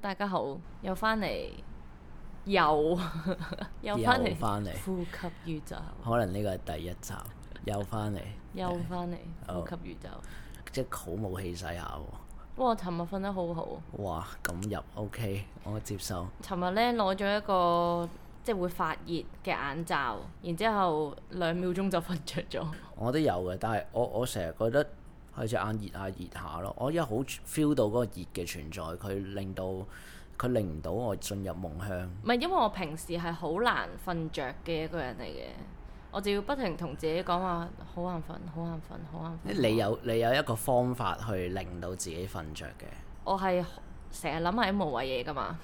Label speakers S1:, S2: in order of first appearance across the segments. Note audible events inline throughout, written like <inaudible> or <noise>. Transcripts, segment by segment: S1: 大家好，又翻嚟，又 <laughs> 又翻嚟，
S2: 又返嚟
S1: 呼吸宇宙，
S2: 可能呢個係第一集又翻嚟，
S1: 又翻嚟，
S2: 好
S1: 呼吸宇宙。
S2: 即係好冇氣勢下喎。
S1: 哇！我尋日瞓得好好，
S2: 哇，咁入 OK，我接受。
S1: 尋日呢，攞咗一個即係會發熱嘅眼罩，然之後兩秒鐘就瞓着咗。
S2: 我都有嘅，但係我我成日覺得係隻眼熱下熱下咯。我一好 feel 到嗰個熱嘅存在，佢令到佢令唔到我進入夢鄉。
S1: 唔係因為我平時係好難瞓着嘅一個人嚟嘅，我就要不停同自己講話好眼瞓，好眼瞓，好眼瞓。
S2: 你有你有一個方法去令到自己瞓着嘅，
S1: 我係成日諗下啲無謂嘢噶嘛，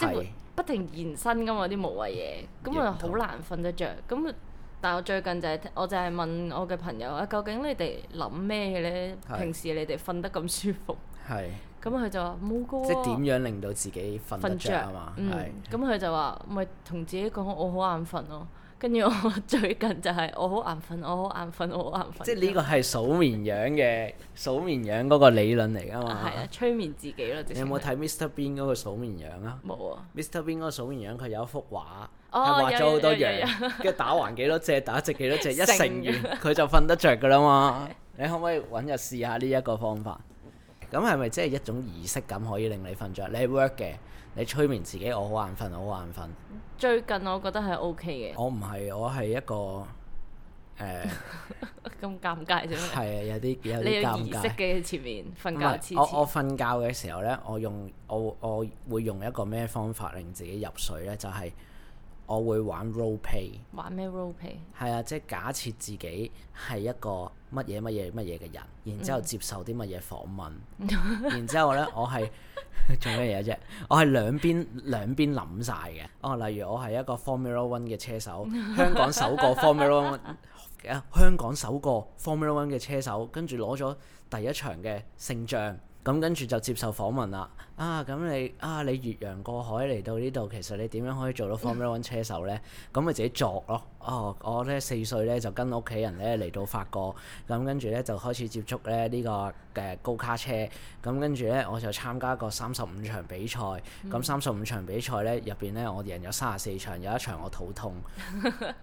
S1: 即係
S2: 係
S1: 會不停延伸噶嘛啲無謂嘢，咁啊
S2: 認
S1: 好
S2: 同
S1: 難瞓得着。咁但我最近就係、我就係問我嘅朋友啊，究竟你哋諗咩嘅咧？
S2: 係
S1: 平時你哋瞓得咁舒服，
S2: 係
S1: 咁佢就話冇個
S2: 即係點樣令到自己瞓得
S1: 瞓
S2: 着啊
S1: 着
S2: 嘛？
S1: 嗯
S2: 係，
S1: 咁佢就話咪同自己講我好眼瞓咯。跟住我最近就係我好眼瞓，我好眼瞓，我好眼瞓。
S2: 即係呢個係數綿羊嘅數綿羊嗰個理論嚟㗎嘛？
S1: 係啊，催眠自己咯。直
S2: 你
S1: 情
S2: 有冇
S1: 係
S2: 睇 Mr Bean 嗰個數綿羊啊
S1: 冇啊？
S2: ？Mr Bean 嗰個數綿羊佢有一幅畫，
S1: 哦
S2: 係畫咗好多
S1: 有有有有
S2: 羊，跟住打橫幾多隻，打直幾
S1: <laughs>
S2: 多隻，一乘
S1: 成
S2: 完佢就瞓得着噶啦嘛。你可唔可以揾日試下呢一個方法？咁係咪即係一種儀式感可以令你瞓着？你係 work 嘅，你催眠自己，我好眼瞓，我好眼瞓。
S1: 最近我覺得係 O K
S2: 我唔係，我係一個誒
S1: 嘅，咁尷尬啫。
S2: <laughs> 係啊，有啲有
S1: 你
S2: 啲
S1: 有
S2: 尷
S1: 儀式
S2: 尬。
S1: 嘅前面瞓
S2: 唔
S1: 覺
S2: 係
S1: 之前，
S2: 我我瞓覺嘅時候呢，我用我我會用一個咩方法令自己入睡呢？就係、我會玩 role play，
S1: 玩咩 role play？
S2: <laughs> 係啊，即係假設自己係一個乜嘢乜嘢乜嘢嘅人，然之後接受啲乜嘢訪問，然之後呢，我係 <laughs> 做咩嘢啫？我係兩邊兩邊諗晒嘅。哦，例如我係一個 Formula One 嘅車手，香港首個 Formula One。啊香港首個 Formula One 嘅車手，跟住攞咗第一場嘅勝仗，咁跟住就接受訪問啦。啊，咁你啊，你越洋過海嚟到呢度，其實你點樣可以做到 Formula One 車手呢？咁咪自己作咯。哦，我呢四歲呢，就跟屋企人呢嚟到法國，咁跟住呢，就開始接觸咧呢、個嘅高卡車，咁跟住呢，我就參加過三十五場比賽，咁三十五場比賽呢，入邊呢，我贏咗三十四場，有一場我肚痛。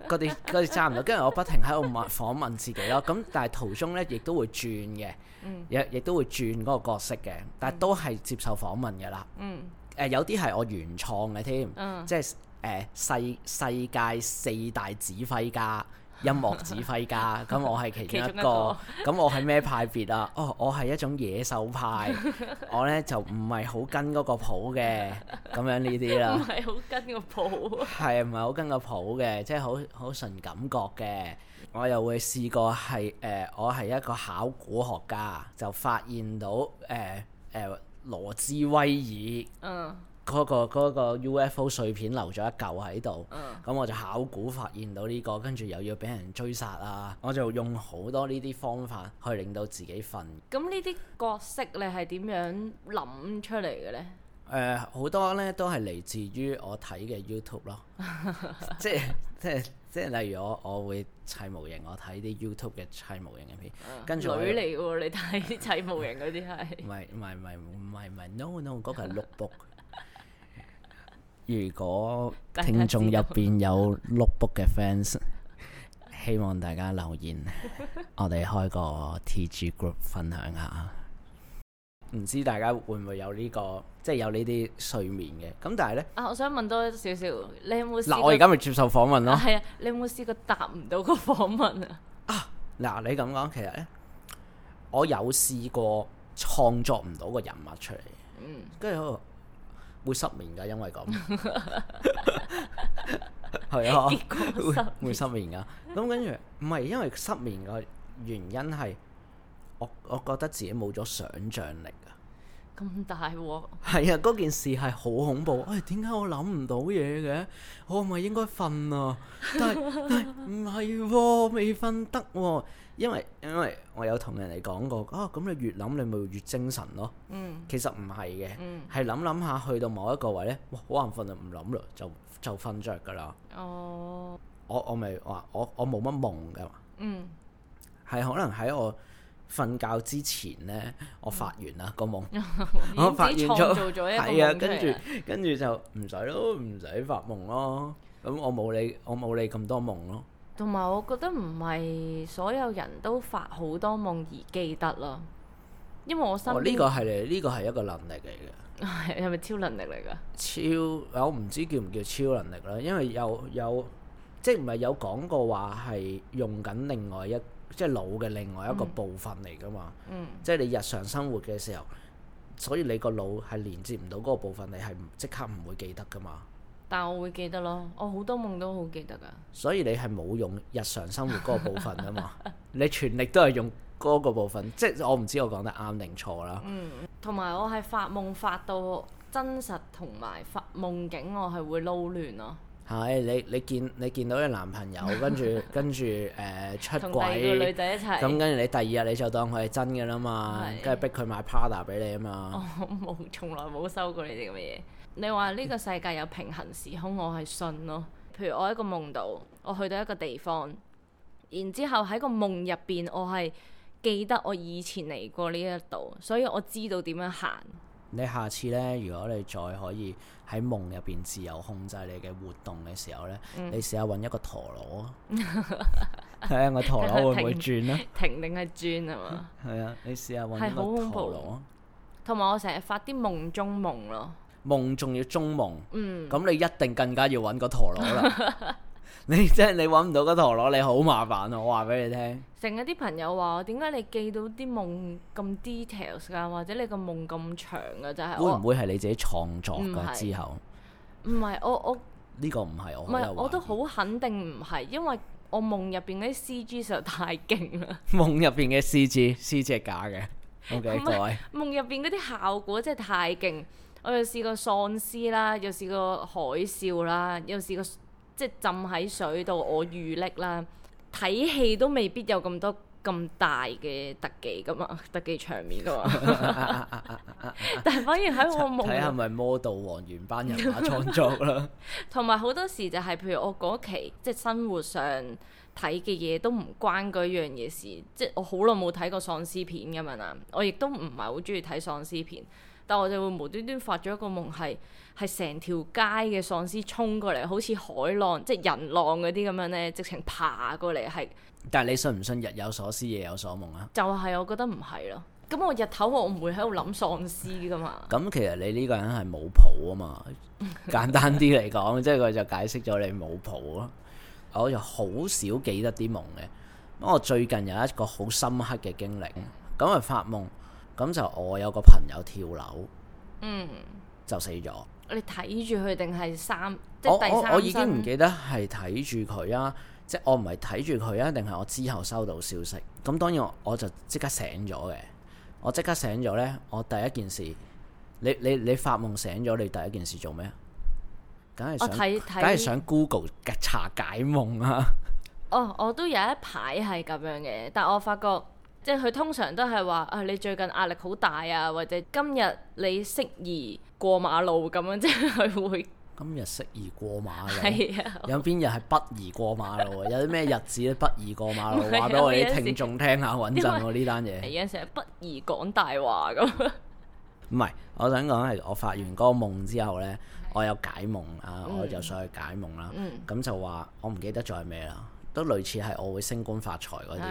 S2: 嗰
S1: <laughs>
S2: 啲嗰啲差唔多，跟住我不停喺度問訪問自己咯。咁但係途中咧，亦都會轉嘅，
S1: 嗯
S2: 亦亦都會轉嗰個角色嘅，但係都係接受訪問嘅啦。嗯，誒、有啲係我原創嘅添，
S1: 嗯
S2: 即係誒、世世界四大指揮家。
S1: <laughs>
S2: 音樂指揮家，咁我係其中一
S1: 其中一
S2: 個
S1: 個，
S2: 咁我係咩派別啊？哦，我係一種野
S1: <laughs>
S2: 獸派，我呢就唔係好跟嗰個譜嘅，咁樣呢啲啦
S1: 唔。係好跟個譜，
S2: 係唔係好跟個譜嘅，即係好好純感覺嘅。我又會試過係誒、呃我係一個考古學家，就發現到誒誒羅茲威
S1: 嗯
S2: 爾嗰、個嗰個 UFO 碎片留咗一嚿喺度。
S1: 嗯，
S2: 咁我就考古發現到呢、個，跟住又要俾人追殺啊！我就用好多呢啲方法去令到自己瞓
S1: 咁呢啲角色你係點樣諗出嚟嘅咧？
S2: 誒呃好、多咧都係嚟自於我睇嘅 YouTube
S1: <laughs>
S2: 咯，即係即係即係例如我我會砌模型，我睇啲 YouTube 嘅砌模型嘅片，跟住我
S1: 啊女
S2: 又
S1: 嚟嘅喎，你睇砌模型嗰啲係
S2: <laughs> 唔係唔係唔係唔係唔係 no no 嗰個係 notebook。如果
S1: 大家
S2: 聽眾入
S1: 知道
S2: 邊有 notebook 嘅 fans，希望大家留
S1: <laughs>
S2: 言，我哋開個 TG group 分享下。唔知大家會唔會有呢、個即係有呢啲睡眠嘅？咁但係呢。
S1: 啊！我想問多少少，你有冇試
S2: 嗱，
S1: 過
S2: 我而家咪接受訪問
S1: 啊
S2: 咯。
S1: 係啊，你有冇試過答唔到個訪問啊？ <laughs>
S2: 嗱，你咁講，其實咧，我有試過創作唔到個人物出嚟，
S1: 嗯，
S2: 跟住我會失眠㗎，因為
S1: <laughs>
S2: 咁 <laughs> 係啊，
S1: 結果失
S2: 會會失眠㗎。咁跟住唔係因為失眠嘅原因係我我覺得自己冇咗想像力啊。
S1: 咁大鑊，
S2: 係啊，嗰件事係好恐怖。唉、點解我諗唔到嘢嘅？我係咪應該瞓啊？但係 <laughs> 但係唔係喎，未瞓得喎。因為因為我有同人哋講過，啊咁你越諗你咪越精神咯。
S1: 嗯
S2: 其實唔係嘅，
S1: 嗯
S2: 係諗諗下去到某一個位呢，哇好眼瞓就啊唔諗啦，就就瞓着㗎啦。
S1: 哦，
S2: 我我咪話我我冇乜夢㗎嘛，
S1: 嗯
S2: 係可能喺我瞓覺之前呢，我發完啦個夢，
S1: <laughs>
S2: 我發
S1: 嗯已
S2: 現
S1: 經
S2: 咗
S1: 自己創造咗一個
S2: 係
S1: 夢
S2: 啊，
S1: 出
S2: 跟
S1: 嚟啦
S2: 住跟住就唔使咯，唔使發夢咯。咁我冇理我冇理咁多夢咯。
S1: 同埋我覺得唔係所有人都發好多夢而記得咯，因為我身
S2: 我哦呢
S1: 邊
S2: 個係你呢個係一個能力嚟嘅。
S1: <laughs> 係係咪超能力嚟㗎？
S2: 超，我唔知叫唔叫超能力啦，因為有有即係唔係有講過話係用緊另外一即係腦嘅另外一個部分嚟噶嘛？
S1: 嗯
S2: 即係你日常生活嘅時候，所以你個腦係連接唔到嗰個部分，你係唔即刻唔會記得噶嘛？
S1: 但我會記得咯，我好多夢都好記得㗎。
S2: 所以你係冇用日常生活嗰個部分
S1: <laughs>
S2: 啊嘛，你全力都係用嗰個部分，即係我唔知我講得啱定錯啦。
S1: 嗯同埋我係發夢發到真實同埋發夢境，我係會撈亂咯。
S2: 係你你見你見到你男朋友，跟住跟住誒、呃出
S1: 同第二個女
S2: 軌，
S1: 仔一齊，
S2: 咁跟住你第二日你就當佢係真嘅啦嘛，
S1: 係哦
S2: 跟住逼佢買 Prada 俾你啊
S1: <laughs> 我
S2: 嘛，
S1: 冇，從來冇收過你哋咁嘅嘢。你話呢個世界有平行時空，我係信咯。譬如我喺個夢度，我去到一個地方，然之後喺個夢入邊，我係記得我以前嚟過呢一度，所以我知道點樣行。
S2: 你下次呢，如果你再可以喺夢入邊自由控制你嘅活動嘅時候呢，
S1: 嗯
S2: 你試下揾一個陀螺
S1: <laughs>
S2: 啊，睇下個陀螺會唔會轉啦？
S1: 停定 <laughs> 係轉啊嘛。
S2: 係啊，你試下揾
S1: 係
S2: 一個
S1: 好恐怖
S2: 陀螺啊。
S1: 同埋我成日發啲夢中夢咯。
S2: 夢仲要中夢，
S1: 嗯，
S2: 咁你一定更加要揾個陀螺啦。
S1: <laughs>
S2: 你真係你揾唔到個陀螺，你好麻煩啊！我話俾你聽，
S1: 成日啲朋友話我點解你記到啲夢咁 details 㗎，或者你個夢咁長㗎？就係
S2: 會
S1: 我
S2: 唔會係你自己創作
S1: 唔
S2: 㗎？
S1: 係
S2: 之後
S1: 唔係我我
S2: 呢個唔係我
S1: 唔
S2: 喺
S1: 係
S2: 度
S1: 我都
S2: 懷疑
S1: 好肯定唔係，因為我夢入邊嗰啲 CG 實在太勁啦，
S2: 夢入邊嘅獅子，獅子係假嘅。OK，
S1: 唔係
S2: 各位，
S1: 夢入邊嗰啲效果真係太勁。我又試過喪屍啦，又試過海嘯啦，又試過即係浸喺水度我遇溺啦。睇戲都未必有咁多咁大嘅特技㗎嘛，特技場面㗎嘛。
S2: <laughs>
S1: 但係反而喺我夢
S2: 睇下係咪 model 王原班人馬創作啦。
S1: 同埋好多時就係譬如我嗰期即係生活上睇嘅嘢都唔關嗰樣嘢事，即係我好耐冇睇過喪屍片咁樣啦，我亦都唔係好中意睇喪屍片，但我就會無端端發咗一個夢係係成條街嘅喪屍衝過嚟，好似海浪即係人浪嗰啲咁樣咧，直情爬過嚟係
S2: 但係你信唔信日有所思夜有所夢啊？
S1: 就係、我覺得唔係咯。咁我日頭我唔會喺度諗喪屍噶嘛，
S2: 咁其實你呢個人係冇譜啊嘛，簡單啲嚟講，即係佢就解釋咗你冇譜咯。我就好少記得啲夢嘅，咁我最近有一個好深刻嘅經歷，咁啊發夢，咁就我有個朋友跳樓
S1: 嗯，
S2: 就死咗。
S1: 你睇住佢定係三即
S2: 我
S1: 係第
S2: 我
S1: 三
S2: 我已經唔
S1: 身
S2: 記得係睇住佢啊，即係我唔係睇住佢啊，定係我之後收到消息。咁當然我我就即刻醒咗嘅，我即刻醒咗呢，我第一件事，你你你發夢醒咗，你第一件事做咩啊？梗係
S1: 我
S2: 想，
S1: 睇
S2: 梗係
S1: 睇
S2: 想 Google 嘅查解夢啊！
S1: 哦，我都有一排係咁樣嘅，但我發覺即係佢通常都係話啊，你最近壓力好大啊，或者今日你適宜過馬路咁樣，即係佢會
S2: 今日適宜過馬路，
S1: <laughs> 係啊，
S2: 有邊日係不宜過馬路啊？有啲咩日子咧不宜過
S1: <laughs>
S2: 馬
S1: 唔
S2: 路？
S1: 係啊
S2: 話俾我
S1: 有
S2: 哋
S1: 陣時
S2: 啲聽眾聽下，穩陣喎呢單嘢。
S1: 有陣時係不宜講大話咁。
S2: 唔係，我想講係我發完嗰個夢之後呢，我有解夢啊，我就上去解夢啦。
S1: 嗯，
S2: 咁就話我唔記得咗係咩啦，都類似係我會升官發財嗰啲啦。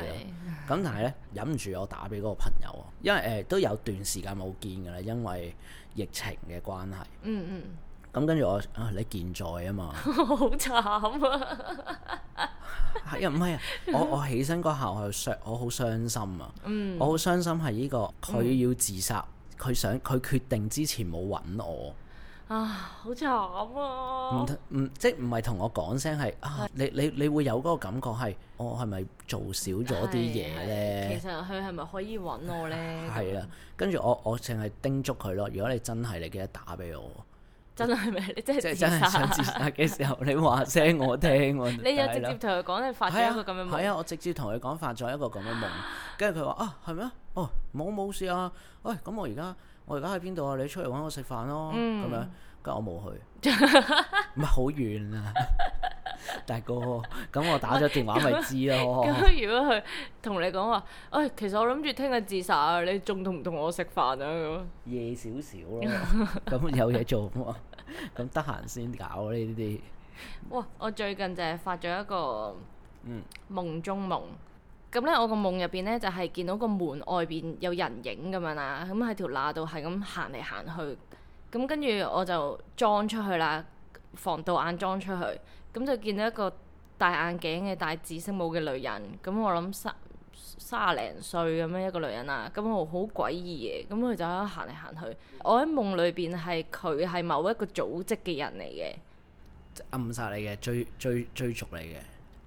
S1: 係
S2: 咁但係呢，忍唔住我打俾嗰個朋友啊，因為誒、呃都有段時間冇見㗎啦，因為疫情嘅關係。
S1: 嗯嗯，
S2: 咁跟住我啊，你健在啊
S1: <laughs>
S2: 嘛？
S1: 好慘啊！
S2: 係啊，唔係啊，我我起身嗰下我係傷，我好傷心啊！
S1: 嗯
S2: 我好傷心係呢、個佢要自殺，佢想佢決定之前冇揾我。
S1: 啊，好慘
S2: 唔
S1: 啊！
S2: 唔即係唔係同我講聲係啊？你你你會有嗰個感覺係，我係咪做少咗啲嘢
S1: 係係
S2: 咧？
S1: 其實佢係咪可以揾我呢？
S2: 係啊啦，跟住我我淨係叮囑佢咯。如果你真係你記得打
S1: <laughs>
S2: 俾我，
S1: 真係咪？你真
S2: 即
S1: 係
S2: 係
S1: 自
S2: 真係想
S1: 殺？啊
S2: 自殺嘅時候，你話聲我聽我。
S1: <laughs> 你有直
S2: 係
S1: 接
S2: 啦
S1: 同佢講你發
S2: 係
S1: 咗
S2: 啊
S1: 一個咁樣
S2: 係
S1: 夢？
S2: 啊，我直接同佢講發咗一個咁嘅夢，跟住佢話啊係咩？哦冇冇事啊，喂咁我而家我而家喺邊度啊？你出嚟揾我食
S1: 嗯 <laughs>
S2: 飯咯，咁樣，跟住我冇去，唔係好遠啊， <laughs> 大哥，咁我打咗電話咪知咯。
S1: 咁如果佢同你講話，誒、其實我諗住聽日自殺啊，你仲同唔同我食飯啊？咁
S2: 夜少少咯，咁有嘢做啊嘛，咁得閒先搞呢啲。
S1: 哇！我最近就係發咗一個
S2: 嗯
S1: 夢中夢。咁咧，我個夢入邊咧就係、見到個門外邊有人影咁樣啦，咁喺條罅度係咁行嚟行去，咁跟住我就裝出去啦，防盜眼裝出去，咁就見到一個戴眼鏡嘅戴紫色帽嘅女人，咁我諗三三廿零歲咁樣一個女人啦，咁我好詭異嘅，咁佢就喺度行嚟行去，我喺夢裏邊係佢係某一個組織嘅人嚟嘅。
S2: 暗殺你嘅，追追追逐你嘅。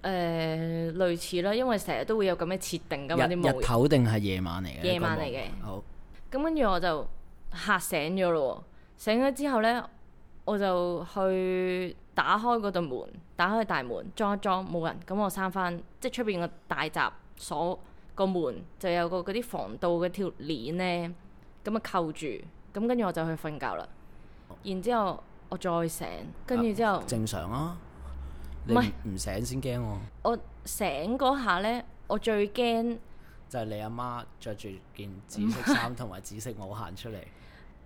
S1: 誒、呃類似啦，因為成日都會有咁嘅設定㗎嘛
S2: 日
S1: 啲夢
S2: 日。頭定係夜晚嚟嘅？
S1: 夜晚
S2: 嗰個
S1: 嚟嘅
S2: 好，
S1: 咁跟住我就嚇醒咗咯喎，醒咗之後呢，我就去打開嗰道門，打開大門，裝一裝冇人，咁我閂翻，即係出邊個大閘鎖個門就有個嗰啲防盜嗰條鏈呢，咁啊扣住，咁跟住我就去瞓覺啦。然之後我再醒，跟住之後。
S2: 正常啊。你
S1: 唔
S2: 唔
S1: 係
S2: 唔醒先驚喎，
S1: 我醒嗰下呢，我最驚
S2: 就係你阿媽着住件紫色衫同埋紫色帽行出嚟，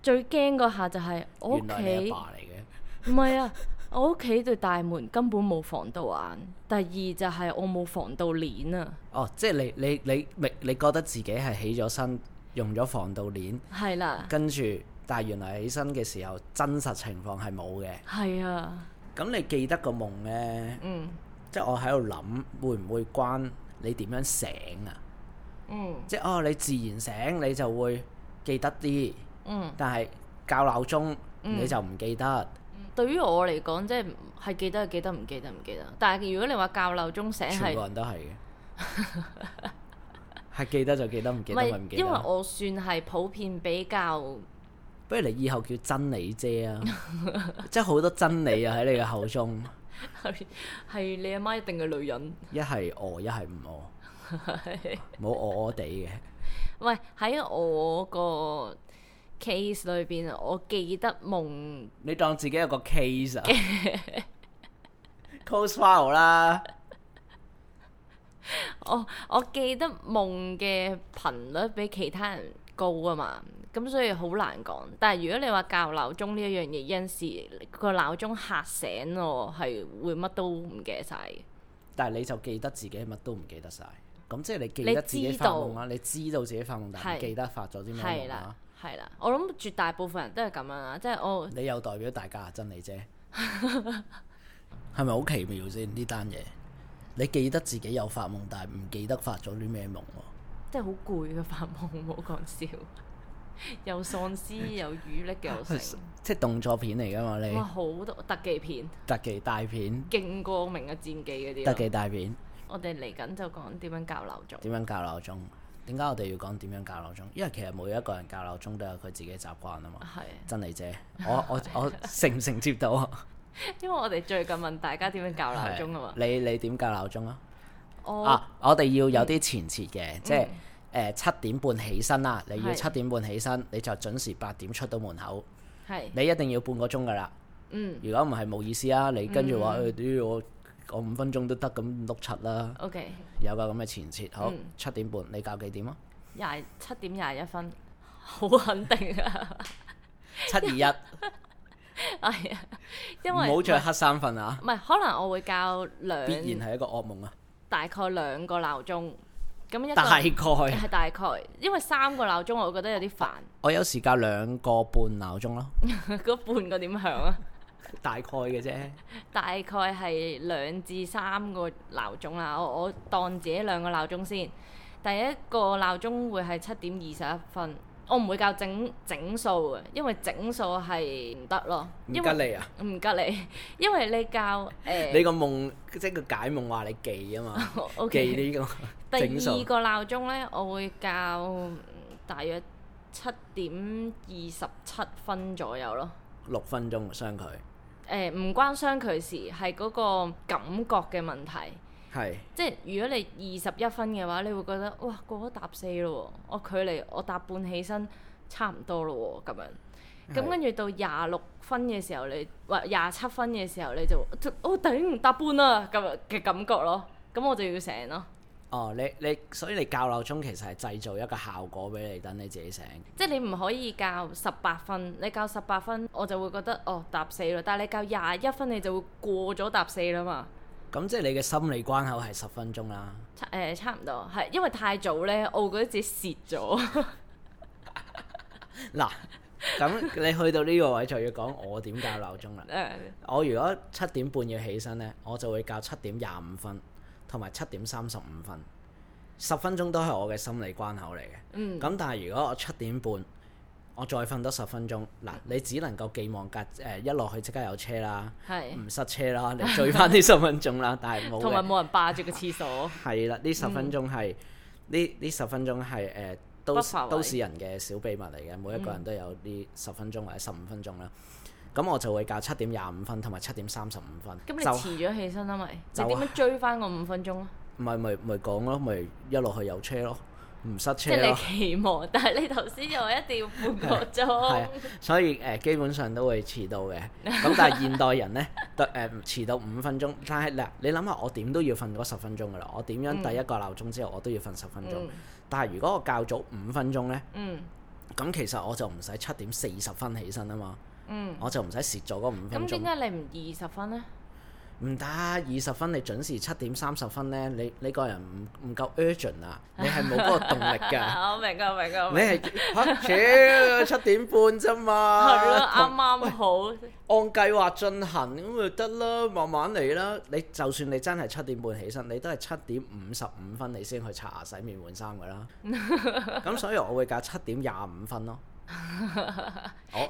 S1: 最驚嗰下就係我屋
S2: 原來你
S1: 企
S2: 阿爸嚟嘅，
S1: 唔係啊，我屋企對大門根本冇防盜眼。第二就係我冇防盜鏈啊，
S2: 哦，即係你你你明你覺得自己係起咗身，用咗防盜鏈，
S1: 係啦，
S2: 跟住但係原來起身嘅時候真實情況係冇嘅，
S1: 係啊，
S2: 咁你記得個夢呢？
S1: 嗯
S2: 即係我喺度諗會唔會關你點樣醒啊？
S1: 嗯
S2: 即係哦，你自然醒你就會記得啲，
S1: 嗯。
S2: 但係校鬧鐘你就唔記得。
S1: 對於我嚟講，即係唔係記得就記得，唔記得唔記得。但係如果你話教鬧鐘醒
S2: 全
S1: 係
S2: 部，人都係嘅，
S1: <laughs>
S2: 係記得就記得，唔記得咪唔記
S1: 因為
S2: 得。
S1: 我算係普遍比較
S2: 不如你以後叫真理
S1: <laughs>
S2: 姐啊，即係好多真理啊喺你嘅口中，
S1: 係係你阿媽一定嘅女人。
S2: 一係餓，一係唔
S1: <laughs>
S2: 餓，冇餓餓地嘅。
S1: 喂，喺我個 case 裏邊，我記得夢
S2: 你當自己有個 case
S1: <laughs>
S2: 啊，close file 啦，
S1: 我我記得夢嘅頻率比其他人高啊嘛，咁所以好難講。但係如果你話教鬧鐘呢一樣嘢，有陣時個鬧鐘嚇醒我係會乜都唔記得晒嘅。
S2: 但係你就記得自己乜都唔記得晒。咁即係你記
S1: 你
S2: 得自己
S1: 知
S2: 發
S1: 道
S2: 夢啊啦，你知道自己發夢，但係唔
S1: 係
S2: 記得發咗啲咩夢
S1: 係啦
S2: 啦。，
S1: 係啦，我諗絕大部分人都係咁樣啦，即係哦我
S2: 你又代表大家啊真理啫， <laughs> 係咪好奇妙先呢單嘢？你記得自己有發夢，但係唔記得發咗啲咩夢喎？
S1: 即係好攰嘅發夢，唔好講笑。 <laughs> 又喪屍又雨力又成，
S2: 嗯 <laughs> 即係動作片嚟㗎嘛？你
S1: 哇好多特技片，
S2: 特技大片、
S1: 勁過明日戰記嗰啲
S2: 特
S1: 咯。
S2: 技大片
S1: 我哋嚟緊就講點樣教鬧鐘。
S2: 點樣校鬧鐘？點解我哋要講點樣校鬧鐘？因為其實每一個人校鬧鐘都有佢自己嘅習慣啊嘛。
S1: 係。
S2: 真理姐，我我我承唔承接到啊？
S1: 因為我哋最近問大家點樣校鬧鐘啊嘛，
S2: 係你你點校鬧鐘啊？
S1: 我、嗯
S2: 啊，我哋要有啲前設嘅，即係誒七點半起身啦，你要
S1: 係
S2: 七點半起身，你就準時八點出到門口，
S1: 係
S2: 你一定要半個鐘噶啦。
S1: 嗯
S2: 如果唔係冇意思啊，你跟住話誒，屌我我五分鐘都得咁碌柒啦，
S1: OK
S2: 有個咁嘅前設。
S1: 嗯
S2: 好，七點半你教幾點
S1: <laughs>
S2: 啊？
S1: 廿七點廿一分， <laughs> 好肯定啊， <laughs>
S2: 七二一，
S1: 係啊，因
S2: 唔
S1: 為
S2: 好着黑衫瞓啊！
S1: 唔係可能我會教兩
S2: 必然係一個噩夢啊！
S1: 大概兩個鬧鐘，咁一
S2: 大
S1: 個
S2: 概
S1: 係大概，因為三個鬧鐘我覺得有啲煩， <laughs>
S2: 我有時教兩個半鬧鐘咯，
S1: 嗰半個點響啊？
S2: 大概嘅啫。
S1: 大概係兩至三個鬧鐘啦。我我當自己兩個鬧鐘先。第一個鬧鐘會係七點二十一分，我唔會教整整數嘅，因為整數係唔得咯。
S2: 唔
S1: 因
S2: 吉
S1: 為
S2: 利啊！
S1: 唔吉利，因為你教誒。
S2: <laughs> 你個夢即係個解夢話你記啊
S1: <laughs>
S2: 嘛。
S1: O
S2: 記
S1: K。
S2: 呢個
S1: 第
S2: 整
S1: 二
S2: 數，
S1: 個鬧鐘呢，我會教嗯大約七點二十七分左右咯。
S2: 六分鐘啊相距，
S1: 誒、唔關相距事，係嗰個感覺嘅問題。
S2: 係
S1: 即係如果你二十一分嘅話，你會覺得哇過咗搭四咯喎，我距離我搭半起身差唔多咯喎咁樣。咁跟住到廿六分嘅時候你，或廿七分嘅時候，你就我頂搭半啦咁樣嘅感覺咯。咁我就要醒咯，
S2: 哦，你你所以你教鬧鐘其實係製造一個效果俾你，等你自己醒。
S1: 即係你唔可以教十八分，你教十八分我就會覺得哦搭四啦，但係你教廿一分你就會過咗搭四啦嘛。
S2: 咁即係你嘅心理關口係十分鐘啦。
S1: 差誒、差唔多，係因為太早咧，我會覺得自己蝕咗。
S2: 嗱，咁你去到呢個位就要講我點教鬧鐘啦。
S1: 誒
S2: 我如果七點半要起身呢，我就會教七點廿五分同埋七點三十五分，十分鐘都係我嘅心理關口嚟嘅。
S1: 嗯
S2: 咁但係如果我七點半，我再瞓多十分鐘，
S1: 嗯
S2: 嗱，你只能夠寄望隔誒、一落去即刻有車啦，
S1: 係，
S2: 唔塞車啦，你追翻呢十分鐘啦，但係冇
S1: 嗯同埋
S2: 嘅。
S1: 冇人霸住個廁所。
S2: <laughs> 係啦，呢十
S1: 嗯
S2: 分鐘係呢呢十分鐘係誒都市
S1: Buffer 位嗯
S2: 都市人嘅小秘密嚟嘅，每一個人都有呢十分鐘或者十五分鐘啦。咁我就會教七點廿五分同埋七點三十五分，
S1: 咁你
S2: 就
S1: 遲咗起身啦啊咪？
S2: 就
S1: 你點樣追翻個五分
S2: <laughs>
S1: 鐘啊？
S2: 咪咪咪講咯，咪一落去有車咯，唔塞
S1: 即
S2: 車
S1: 係
S2: 咯 <laughs>
S1: 你。期望，但係你頭先又話一定要半個
S2: 係啊
S1: 鐘。，
S2: 所以誒、基本上都會
S1: <laughs>
S2: 遲到嘅。咁但係現代人咧，對誒、遲到五分鐘。但係嗱，你諗下，我點都要瞓嗰十分鐘噶啦。我點樣第一個鬧鐘之後，我都要瞓十分鐘。
S1: 嗯
S2: 但係如果我較早五分鐘咧，
S1: 嗯
S2: 咁其實我就唔使七點四十分起身啊嘛，
S1: 嗯。
S2: 我就唔使蝕咗嗰五分
S1: 咁點
S2: 鐘。
S1: 解你唔二十分呢？
S2: 唔得，二十分你準時七點三十分咧，你你個人唔唔夠 urgent
S1: <laughs>
S2: 啊，你係冇嗰個動力㗎。
S1: 啊我明㗎，我明㗎。我
S2: 你
S1: 明㗎
S2: 係嚇，超七點半啫嘛， <laughs>
S1: 係咯，啱啱好。
S2: 按計劃進行咁咪得啦，慢慢嚟啦。你就算你真係七點半起身，你都係七點五十五分你先去刷牙、洗面、換衫噶
S1: <laughs>
S2: 啦。咁所以我會教七點廿五分咯。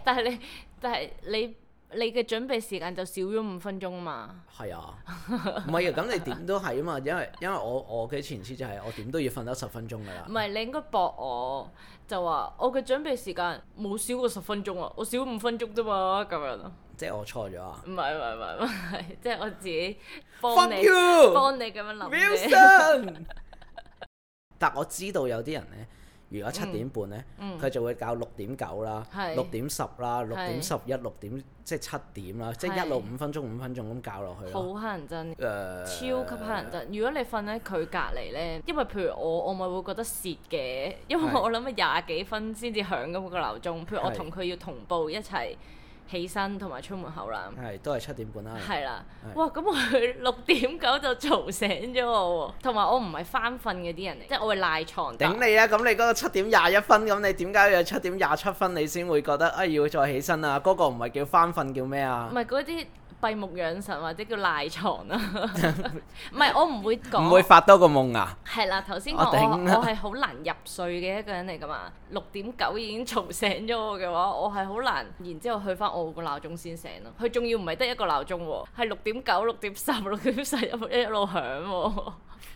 S1: 但係你，但係你，你嘅準備時間就少咗五分鐘嘛。
S2: 係啊，唔係啊，咁你點都係啊嘛，因為因為我我嘅前設就係我點都要瞓得十分鐘噶啦
S1: 唔。係你應該駁我，就話我嘅準備時間冇少過十分鐘啊，我少五分鐘啫嘛，咁樣咯。
S2: 即係我錯咗啊
S1: 唔係唔係唔係唔係， <laughs> 即係我自己幫
S2: ！Fuck
S1: 你
S2: you，Wilson！
S1: 幫你咁樣諗嘅。
S2: 但我知道有啲人呢，如果七點半呢，
S1: 嗯
S2: 佢、就會教六點九啦、
S1: 係
S2: 六點十啦、六點
S1: 係
S2: 十一、六點即係七點啦，即係
S1: 係
S2: 一路五分鐘五分鐘咁教落去
S1: 好
S2: 咯。
S1: 乞人憎，
S2: 誒、
S1: 超級乞人憎。如果你瞓喺佢隔離呢，因為譬如我，我咪會覺得蝕嘅，因為
S2: 係
S1: 我諗啊廿幾分先至響咁個鬧鐘。譬如我
S2: 係
S1: 同佢要同步一齊起身同埋出門口啦，
S2: 係都係七點半啦。
S1: 係啦。
S2: 係
S1: 哇！咁佢六點九就嘈醒咗我喎，同埋我唔係翻瞓嗰啲人嚟，即係我會賴床。但
S2: 頂你啊！咁你嗰個七點廿一分，咁你點解要七點廿七分你先會覺得啊、哎要再起身啊？嗰、個唔係叫翻瞓叫咩啊
S1: 唔？係嗰啲閉目養神或者叫賴床
S2: <laughs>
S1: 啊，唔係我唔會講，
S2: 唔會發多個夢啊？
S1: 係啦，頭先
S2: 我
S1: 講我
S2: 頂啦啊
S1: 我係好難入睡嘅一個人嚟噶嘛，六點九已經嘈醒咗我嘅話，我係好難，然之後去翻我個鬧鐘先醒咯。佢仲要唔係得一個鬧鐘喎，係六點九、六點十、六點十一一路響喎，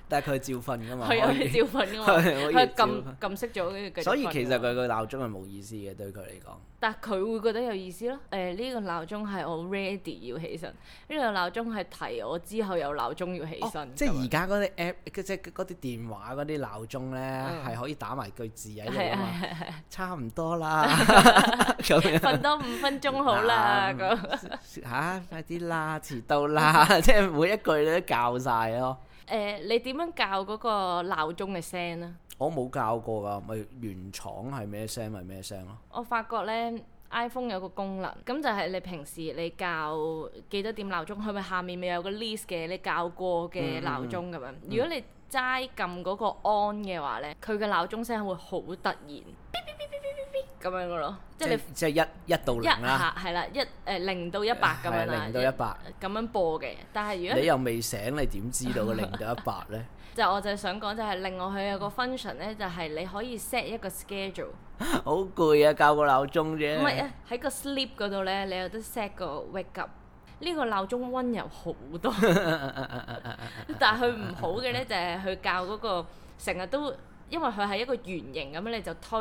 S2: 但係佢照瞓噶嘛？
S1: 係啊，
S2: 可以
S1: 佢照瞓噶嘛，
S2: 係 <laughs> 可以
S1: 佢
S2: 照
S1: 撳撳熄咗跟住繼續
S2: 所以其實
S1: 瞓㗎嘛
S2: 佢個鬧鐘係冇意思嘅，對佢嚟講。
S1: 但佢會覺得有意思咯。誒、呢、個鬧鐘係我 ready 要起身，呢、個鬧鐘係提我之後有鬧鐘要起身。
S2: 哦、即係而家嗰啲 app，即係嗰啲電話嗰啲鬧鐘咧
S1: 嗯，
S2: 係可以打埋句字喺度
S1: 係啊
S2: 啊嘛，差唔多
S1: <laughs>
S2: 啦，咁樣
S1: 瞓多五分鐘好
S2: <laughs>
S1: 啦
S2: 嗱
S1: 咁。
S2: 嚇、快啲啦，遲到啦， <laughs> 即係每一句你都教晒咯。
S1: 誒、呃你點樣教嗰個鬧鐘嘅聲咧？
S2: 我冇教過㗎，咪原廠係咩聲咪咩聲咯。
S1: 我發覺呢 iPhone 有個功能，咁就係你平時你校幾多點鬧鐘，佢咪下面咪有個 list 嘅，你校過
S2: 嗯
S1: 嘅鬧鐘咁樣。如果你齋撳嗰個 on 嘅話呢，佢嘅鬧鐘聲會好突然，嗶嗶嗶嗶嗶嗶嗶咁樣嘅咯，即係你
S2: 即係一一到
S1: 一
S2: 零啦，
S1: 下係啦，一誒呃零到一百咁樣啦，
S2: 係零到一百，
S1: 咁樣播嘅。但係如果
S2: 你又未醒，你點知道個零到一百
S1: <laughs>
S2: 咧？
S1: 就我就係想講就係另外佢有個 function 呢，就係你可以 set 一個 schedule。
S2: 好攰啊，教個鬧鐘啫。
S1: 唔係啊，喺個 sleep 嗰度咧，你有得 set 個 wake up。呢個鬧鐘温柔好
S2: <laughs>
S1: 多，但係佢唔好嘅咧就係佢教嗰個成日都，因為佢係一個圓形咁樣，你就推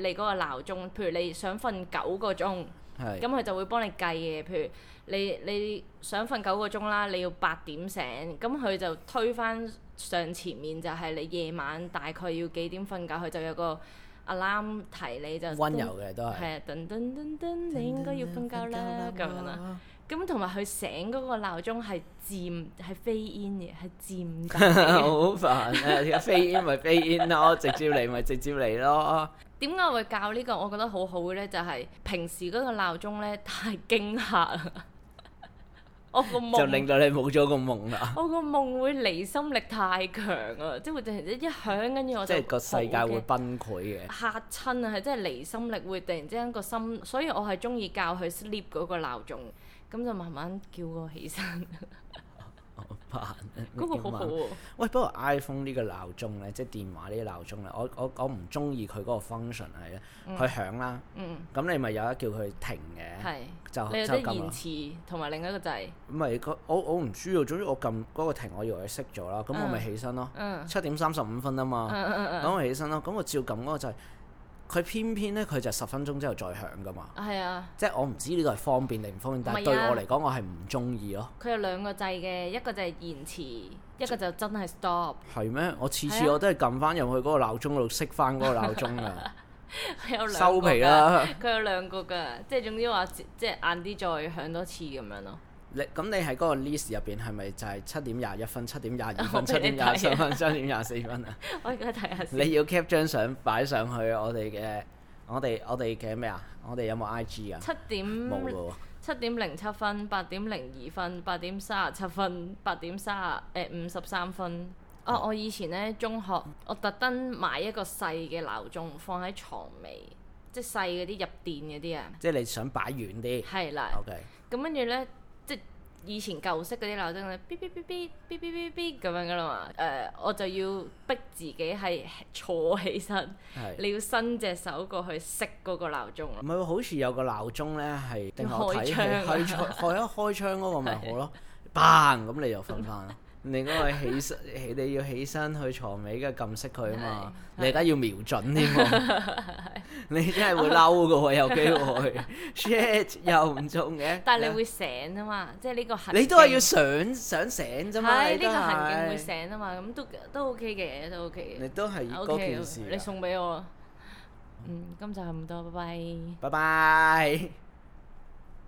S1: 你嗰個鬧鐘。譬如你想瞓九個鐘，
S2: 係
S1: 咁佢就會幫你計嘅。譬如你你想瞓九個鐘啦，你要八點醒，咁佢就推返上前面就係你夜晚大概要幾點瞓覺，佢就有個 alarm 提你就
S2: 温柔嘅都係。
S1: 係啊，噔噔噔噔，你應該要瞓覺啦咁樣啦。。咁同埋佢醒嗰個鬧鐘係漸係飛煙嘅，係漸大嘅。
S2: <laughs> 好煩啊！而家飛 in 咪飛 in 咯，直接嚟咪直接嚟咯。
S1: 點解我會教呢個？我覺得好好嘅咧，就係平時嗰個鬧鐘咧太驚嚇啦， <laughs> 我個
S2: 就令
S1: 夢
S2: 到你冇咗個夢啦，
S1: 我個夢會離心力太強啊，即係會突然之間一響，跟住我
S2: 即
S1: 就
S2: 係個世界
S1: 好
S2: 會
S1: 驚
S2: 崩潰嘅。
S1: 嚇親啊，係真係離心力會突然之間個心，所以我係中意教佢 sleep 嗰個鬧鐘，咁就慢慢叫我起身，
S2: 好煩啊
S1: 嗰、個好
S2: 點啊
S1: 好喎。
S2: 喂，不過 iPhone 呢個鬧鐘咧，即係電話呢個鬧鐘咧，我我我唔中意佢嗰個 function 係咧，佢響啦，
S1: 嗯，
S2: 咁你咪有得叫佢停嘅，
S1: 係。
S2: 就
S1: 你有
S2: 就啊
S1: 得
S2: 撳
S1: 延
S2: 啦。
S1: 遲同埋另一個掣，
S2: 唔係個我我唔知啊，總之我撳嗰個停，我以為佢熄咗啦，咁我咪
S1: 嗯
S2: 起身咯。
S1: 嗯
S2: 七點三十五分啊
S1: 嗯
S2: 嘛，
S1: 嗯嗯
S2: 咁我起身咯，咁我照撳嗰個就係佢偏偏咧，佢就十分鐘之後再響噶嘛。
S1: 嗯，係啊，
S2: 即係我唔知呢個係方便定唔方便，但
S1: 唔係
S2: 係
S1: 啊
S2: 對我嚟講，我係唔中意咯。
S1: 佢有兩個掣嘅，一個就係延遲，一個就真係 stop。 <laughs>
S2: 係咩？我次
S1: 係
S2: 次
S1: 啊
S2: 我都係撳翻入去嗰個鬧鐘度熄翻嗰個鬧鐘啊，
S1: 佢 <laughs> 有兩個
S2: 收皮
S1: 㗎！
S2: 啦！
S1: 佢有兩個㗎，即係總之話即即係晏啲再響多次咁樣咯。 <laughs>
S2: 你咁你喺嗰個 list 入邊係咪就係七點廿一分、七點廿二
S1: 我
S2: 分、七
S1: 俾
S2: 點
S1: 你睇啊
S2: 廿三分、七點廿四
S1: <laughs>
S2: 分啊？
S1: 我而家睇下先。
S2: 你要 cap 張相擺上去我哋嘅，我哋我哋嘅咩啊？我哋有冇 IG 啊？
S1: 七
S2: 冇嘅
S1: 點
S2: 喎，
S1: 七點零七分，八點零二分，八點三十七分，八點三誒五十三分。哦、我以前咧中學，我特登買一個細嘅鬧鐘放喺床尾，即係細嗰啲入電嗰啲啊。
S2: 即係你想擺遠啲。
S1: 係啦，
S2: OK，
S1: 咁跟住咧，即係以前舊式嗰啲鬧鐘咧，嗶嗶嗶嗶嗶嗶嗶嗶咁樣噶啦嘛。誒、呃我就要逼自己係坐起身，
S2: 係。
S1: 你要伸隻手過去熄嗰個鬧鐘咯
S2: 唔。係喎，好似有個鬧鐘咧係定我睇戲
S1: 開啊
S2: 開窗，
S1: <laughs>
S2: 開一開窗嗰個咪好咯，bang 咁你就
S1: <laughs>
S2: 瞓翻啦。你嗰個起身，起你要起身去床尾嘅撳熄佢啊嘛，
S1: 係
S2: 你而家要瞄準
S1: <laughs>
S2: 添喎，你真係會嬲噶喎，有機會 shit 又唔中嘅。
S1: 但係你會醒啊嘛，即係呢個行
S2: 你都
S1: 徑
S2: 係要想想醒啫嘛，
S1: 係呢
S2: 你都
S1: 個行徑會
S2: 係，
S1: 醒啊嘛，咁都都 OK 嘅，都 OK 嘅
S2: 你。都係
S1: O
S2: 嗰
S1: K，
S2: 件事
S1: 你
S2: 啊。
S1: 送俾我啦。嗯，今集係咁多，拜拜。
S2: 拜拜。